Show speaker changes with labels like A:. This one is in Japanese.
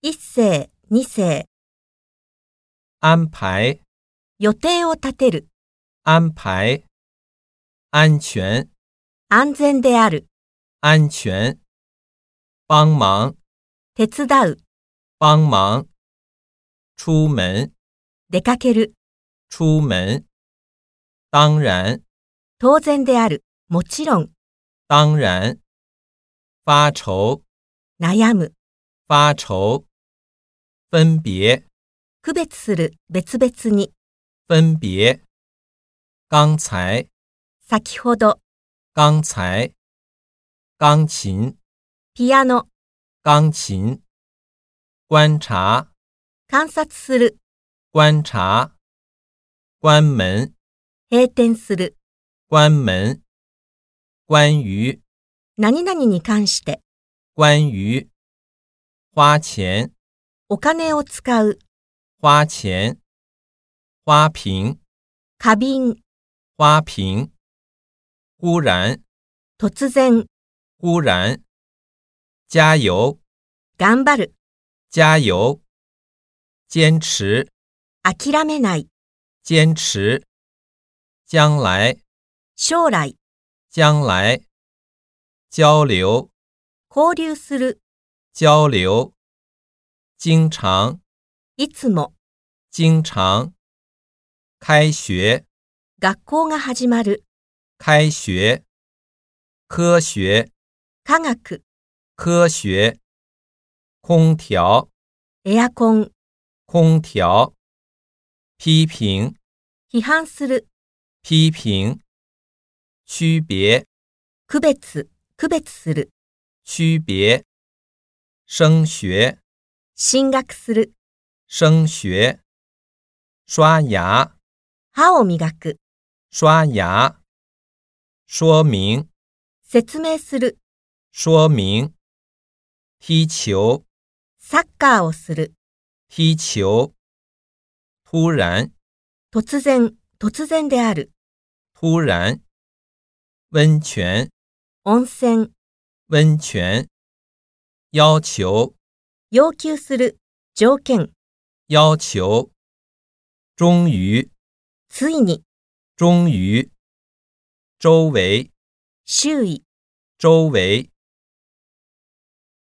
A: 一世、二世、
B: 安排、
A: 予定を立てる、
B: 安排。安全、
A: 安全である、
B: 安全。帮忙、
A: 手伝う、
B: 帮忙。出门、
A: 出かける、
B: 出门。当然、
A: 当然である、もちろん、
B: 当然。发愁、
A: 悩む、
B: 发愁。分别，
A: 区別する、別々に、
B: 分别。刚才，
A: 先ほど、
B: 刚才。钢琴，
A: ピアノ、
B: 钢琴。观察，
A: 観察する、
B: 观察。关门。
A: 閉店する、
B: 关门。关于，
A: 何々に関して、
B: 关于。花钱，
A: お金を使う、
B: 花钱。花瓶，
A: 過敏、
B: 花瓶。忽然，
A: 突然、
B: 忽然。加油，
A: 頑張る、
B: 加油。坚持，
A: 諦めない、
B: 坚持。将来，
A: 将来、
B: 将来。交流，
A: 交流する、
B: 交流。经常，
A: いつも、
B: 经常。开学，
A: 学校が始まる、
B: 开学。科学，
A: 科学、
B: 科学。空调，
A: エアコン、
B: 空调。批评，
A: 批判する、
B: 批评。区别，
A: 区別、区別する、
B: 区别。升学，
A: 進学する、
B: 升学。刷牙，
A: 歯を磨く、
B: 刷牙。说明，
A: 説明する、
B: 说明。踢球，
A: サッカーをする、
B: 踢球。突然，
A: 突然、突然である、
B: 突然。温泉，
A: 温泉、
B: 温泉。要求，
A: 要求する、条件、
B: 要求。终于，
A: ついに、
B: 终于。周围，
A: 周囲。
B: 周围。